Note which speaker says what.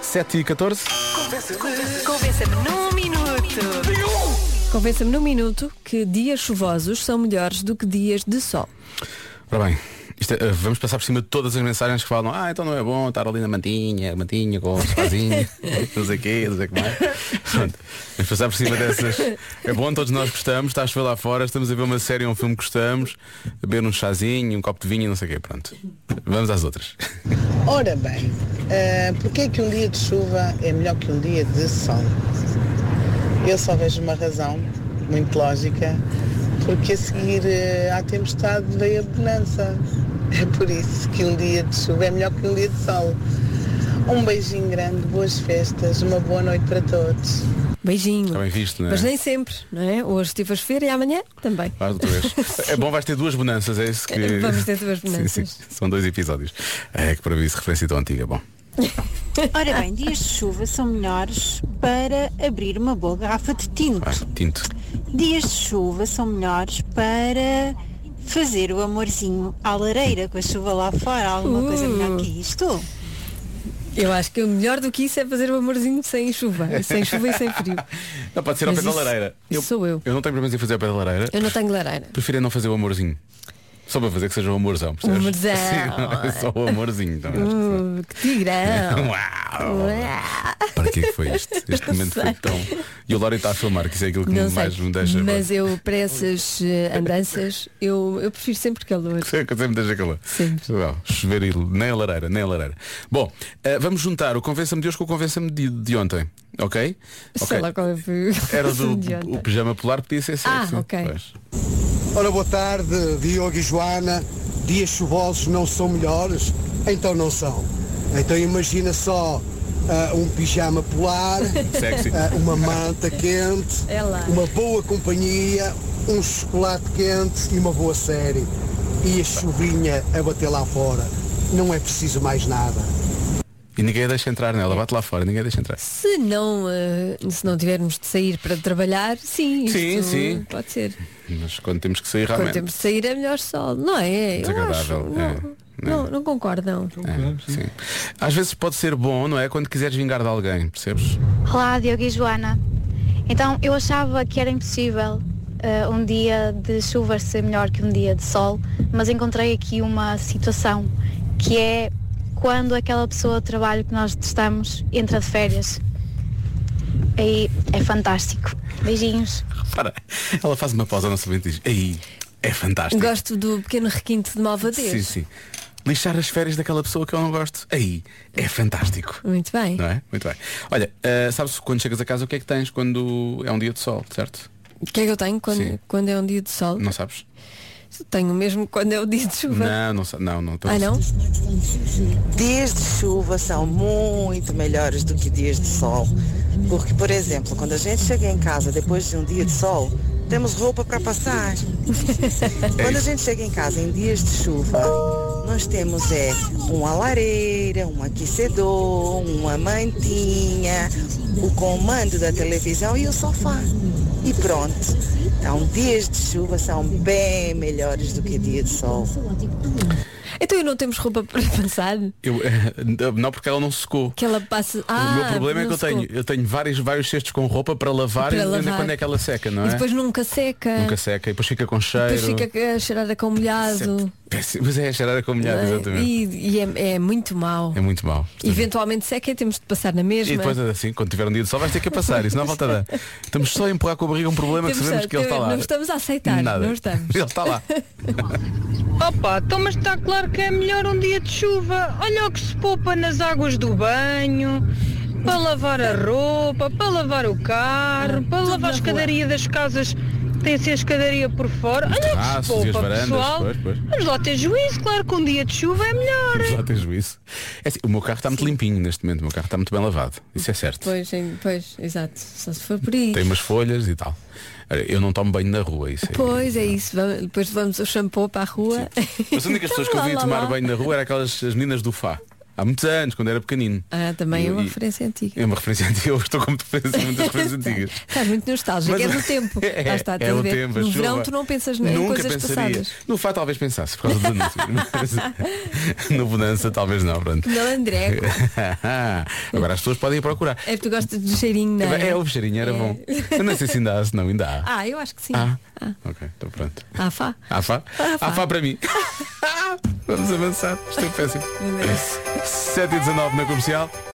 Speaker 1: 7 e 14.
Speaker 2: Convença-me num minuto.
Speaker 3: Convença-me num minuto que dias chuvosos são melhores do que dias de sol.
Speaker 1: Ora bem, isto é, eh, vamos passar por cima de todas as mensagens que falam, ah, então não é bom estar ali na mantinha, mantinha com o sofazinho, não sei o quê, não sei o que mais. Pronto, vamos passar por cima dessas. É bom, todos nós gostamos, está a chover lá fora, estamos a ver uma série ou um filme que gostamos, a beber um chazinho, um copo de vinho, não sei o quê, pronto. Vamos às outras.
Speaker 4: Ora bem, ah, porquê é que um dia de chuva é melhor que um dia de sol? Eu só vejo uma razão, muito lógica, porque a seguir ah, à tempestade veio a bonança. É por isso que um dia de chuva é melhor que um dia de sol. Um beijinho grande, boas festas, uma boa noite para todos.
Speaker 3: Beijinho.
Speaker 1: Está bem visto, não é?
Speaker 3: Mas nem sempre, não é? Hoje estive a chover e amanhã também.
Speaker 1: Vais outra vez. É bom, vais ter duas bonanças, é isso que.
Speaker 3: Vamos ter duas bonanças.
Speaker 1: Sim, sim. São dois episódios. É que para mim isso referência tão antiga. Bom.
Speaker 5: Ora bem, dias de chuva são melhores para abrir uma boa garrafa de
Speaker 1: Vá,
Speaker 5: tinto.
Speaker 1: tinto.
Speaker 5: Dias de chuva são melhores para fazer o amorzinho à lareira, com a chuva lá fora, alguma coisa melhor que isto.
Speaker 3: Eu acho que o melhor do que isso é fazer o amorzinho sem chuva. Sem chuva e sem frio.
Speaker 1: Não, pode ser ao
Speaker 3: Mas
Speaker 1: pé da
Speaker 3: isso-
Speaker 1: lareira.
Speaker 3: isso sou eu.
Speaker 1: Eu não tenho problemas em fazer ao pé da lareira.
Speaker 3: Eu não tenho lareira.
Speaker 1: Prefiro é não fazer o amorzinho. Só para fazer que seja o amorzão, percebes?
Speaker 3: Um Amorzão.
Speaker 1: Sim, é só o amorzinho. Então,
Speaker 3: Uh, que tigrão.
Speaker 1: Uau!
Speaker 3: Uau.
Speaker 1: Para que é que foi isto? Este
Speaker 3: Não
Speaker 1: momento foi
Speaker 3: sei.
Speaker 1: tão. E o Lori está a filmar, que isso é aquilo que
Speaker 3: Não
Speaker 1: mais
Speaker 3: sei,
Speaker 1: me deixa.
Speaker 3: mas eu para essas eh, andanças eu, eu prefiro sempre calor.
Speaker 1: Sim, que sempre deixa calor.
Speaker 3: Sempre.
Speaker 1: Não, chover e nem a lareira, nem a lareira. Bom, eh, vamos juntar o Convença-me de hoje com o Convença-me de, de ontem, ok?
Speaker 3: Sei
Speaker 1: Ok.
Speaker 3: lá qual é o-
Speaker 1: Era do
Speaker 3: de ontem.
Speaker 1: o pijama polar, podia ser
Speaker 3: Ah,
Speaker 1: sexy.
Speaker 3: ok.
Speaker 1: Pois.
Speaker 6: Ora, boa tarde, Diogo e Joana. Dias chuvosos não são melhores? Então não são. Então imagina só ah, um pijama polar,
Speaker 1: Sexy.
Speaker 6: ah, uma manta quente,
Speaker 3: É lá.
Speaker 6: uma boa companhia, um chocolate quente e uma boa série. E a chuvinha a bater lá fora. Não é preciso mais nada.
Speaker 1: E ninguém a deixa entrar nela, bate lá fora, ninguém a deixa entrar.
Speaker 3: Se não, eh, se não tivermos de sair para trabalhar, sim, isto
Speaker 1: Sim, sim. Tá
Speaker 3: pode ser.
Speaker 1: Mas quando temos que sair
Speaker 3: Quando
Speaker 1: realmente.
Speaker 3: temos de sair é melhor sol, não é? Eu acho,
Speaker 1: Desagradável, é.
Speaker 3: não, não, não concordam.
Speaker 1: É, sim. Às vezes pode ser bom, não é? Quando quiseres vingar de alguém, percebes?
Speaker 7: Olá, Diogo e Joana. Então, eu achava que era impossível eh, um dia de chuva ser melhor que um dia de sol, mas encontrei aqui uma situação que é quando aquela pessoa de trabalho que nós testamos entra de férias. Aí é fantástico. Beijinhos.
Speaker 1: Para. Ela faz uma pausa na nossa frente e diz, aí, é fantástico.
Speaker 3: Gosto do pequeno requinte de malvadez.
Speaker 1: Sim, sim. Lixar as férias daquela pessoa que eu não gosto, aí, é fantástico.
Speaker 3: Muito bem.
Speaker 1: Não é? Muito bem. Olha, eh, sabes quando chegas a casa o que é que tens quando é um dia de sol, certo?
Speaker 3: O que é que eu tenho
Speaker 1: Sim.
Speaker 3: quando, quando é um dia de sol?
Speaker 1: Não sabes?
Speaker 3: Tenho mesmo quando é o dia de chuva.
Speaker 1: Não, não sa- não, não.
Speaker 3: Ah não?
Speaker 8: Dias de chuva são muito melhores do que dias de sol. Porque, por exemplo, quando a gente chega em casa depois de um dia de sol, temos roupa para passar. Quando a gente chega em casa em dias de chuva, nós temos é uma lareira, um aquecedor, uma mantinha, o comando da televisão e o sofá. E pronto. Então, dias de chuva são bem melhores do que dias de sol.
Speaker 3: Então eu não temos roupa para passar?
Speaker 1: Eu, não porque ela não secou.
Speaker 3: Que ela passa. Ah,
Speaker 1: o meu problema é que
Speaker 3: não
Speaker 1: eu
Speaker 3: secou.
Speaker 1: tenho, eu tenho vários, vários cestos com roupa para lavar
Speaker 3: Para
Speaker 1: e ainda
Speaker 3: lavar.
Speaker 1: quando é que ela seca, não é?
Speaker 3: E depois nunca seca.
Speaker 1: Nunca seca e depois fica com cheiro.
Speaker 3: Depois fica a cheirada com
Speaker 1: Isso é
Speaker 3: molhado.
Speaker 1: péssimo. Mas é a cheirar a
Speaker 3: não
Speaker 1: comunhada,
Speaker 3: é?
Speaker 1: exatamente.
Speaker 3: E, e é, é muito mau.
Speaker 1: É muito mau.
Speaker 3: Eventualmente seca e temos de passar na
Speaker 1: E
Speaker 3: mesma.
Speaker 1: depois assim, quando tiver um dia de sol vais ter que passar, isso não há volta a dar. Estamos só a empurrar com a barriga um problema que
Speaker 3: Temos
Speaker 1: sabemos
Speaker 3: de-
Speaker 1: que ele está lá.
Speaker 3: Não estamos a aceitar.
Speaker 1: Nada.
Speaker 3: Não estamos.
Speaker 1: Ele está lá.
Speaker 9: Opa, então mas está claro que é melhor um dia de chuva. Olha o que se poupa nas águas do banho, para lavar a roupa, para lavar o carro, para lavar a escadaria das casas que tem assim a escadaria por fora. Olha o que se
Speaker 1: terraços e as
Speaker 9: poupa,
Speaker 1: varandas,
Speaker 9: pessoal.
Speaker 1: pois, pois.
Speaker 9: Vamos lá ter juízo, claro que um dia de chuva é melhor.
Speaker 1: Vamos lá ter juízo. É assim, o meu carro está muito limpinho neste momento, o meu carro está muito bem lavado. Isso é certo.
Speaker 3: Pois, em- pois, exato. Só se for por aí.
Speaker 1: Tem umas folhas e tal. Olha, Eu não tomo banho na rua, isso é-
Speaker 3: Pois é isso. Vamos- depois vamos o shampoo para a rua.
Speaker 1: Mas as únicas pessoas que eu vi
Speaker 3: Lá, lá,
Speaker 1: tomar
Speaker 3: lá.
Speaker 1: banho na rua eram aquelas as meninas do Fá. Há muitos anos, quando era pequenino.
Speaker 3: Ah, também
Speaker 1: E-
Speaker 3: é uma
Speaker 1: e-
Speaker 3: referência antiga.
Speaker 1: É uma referência antiga, eu estou com muita referência- muitas referências antigas.
Speaker 3: Estás muito nostálgico,
Speaker 1: Mas-
Speaker 3: é do tempo.
Speaker 1: É,
Speaker 3: Lá está,
Speaker 1: é
Speaker 3: estás a
Speaker 1: o
Speaker 3: ver?
Speaker 1: tempo, a
Speaker 3: no
Speaker 1: chuva.
Speaker 3: verão tu não pensas nem em
Speaker 1: Nunca
Speaker 3: coisas
Speaker 1: pensaria.
Speaker 3: passadas.
Speaker 1: No fato talvez pensasse, por causa do anúncio. Mas, no bonança talvez não, pronto.
Speaker 3: Não, André,
Speaker 1: Agora as pessoas podem ir procurar.
Speaker 3: é porque tu gostas do cheirinho, não
Speaker 1: É,
Speaker 3: é?
Speaker 1: o cheirinho era bom. Eu não sei se ainda há, se não, ainda há.
Speaker 3: Ah, eu acho que sim.
Speaker 1: Ah.
Speaker 3: Ah,
Speaker 1: Ok, então pronto.
Speaker 3: ah fá.
Speaker 1: Há fá?
Speaker 3: Há fá.
Speaker 1: Há fá para mim. Vamos avançar. Isto é péssimo. 7 e 19 na comercial.